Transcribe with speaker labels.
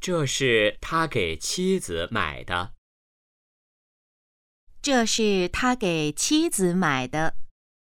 Speaker 1: 这是他给妻子买的。
Speaker 2: 这是他给妻子买的。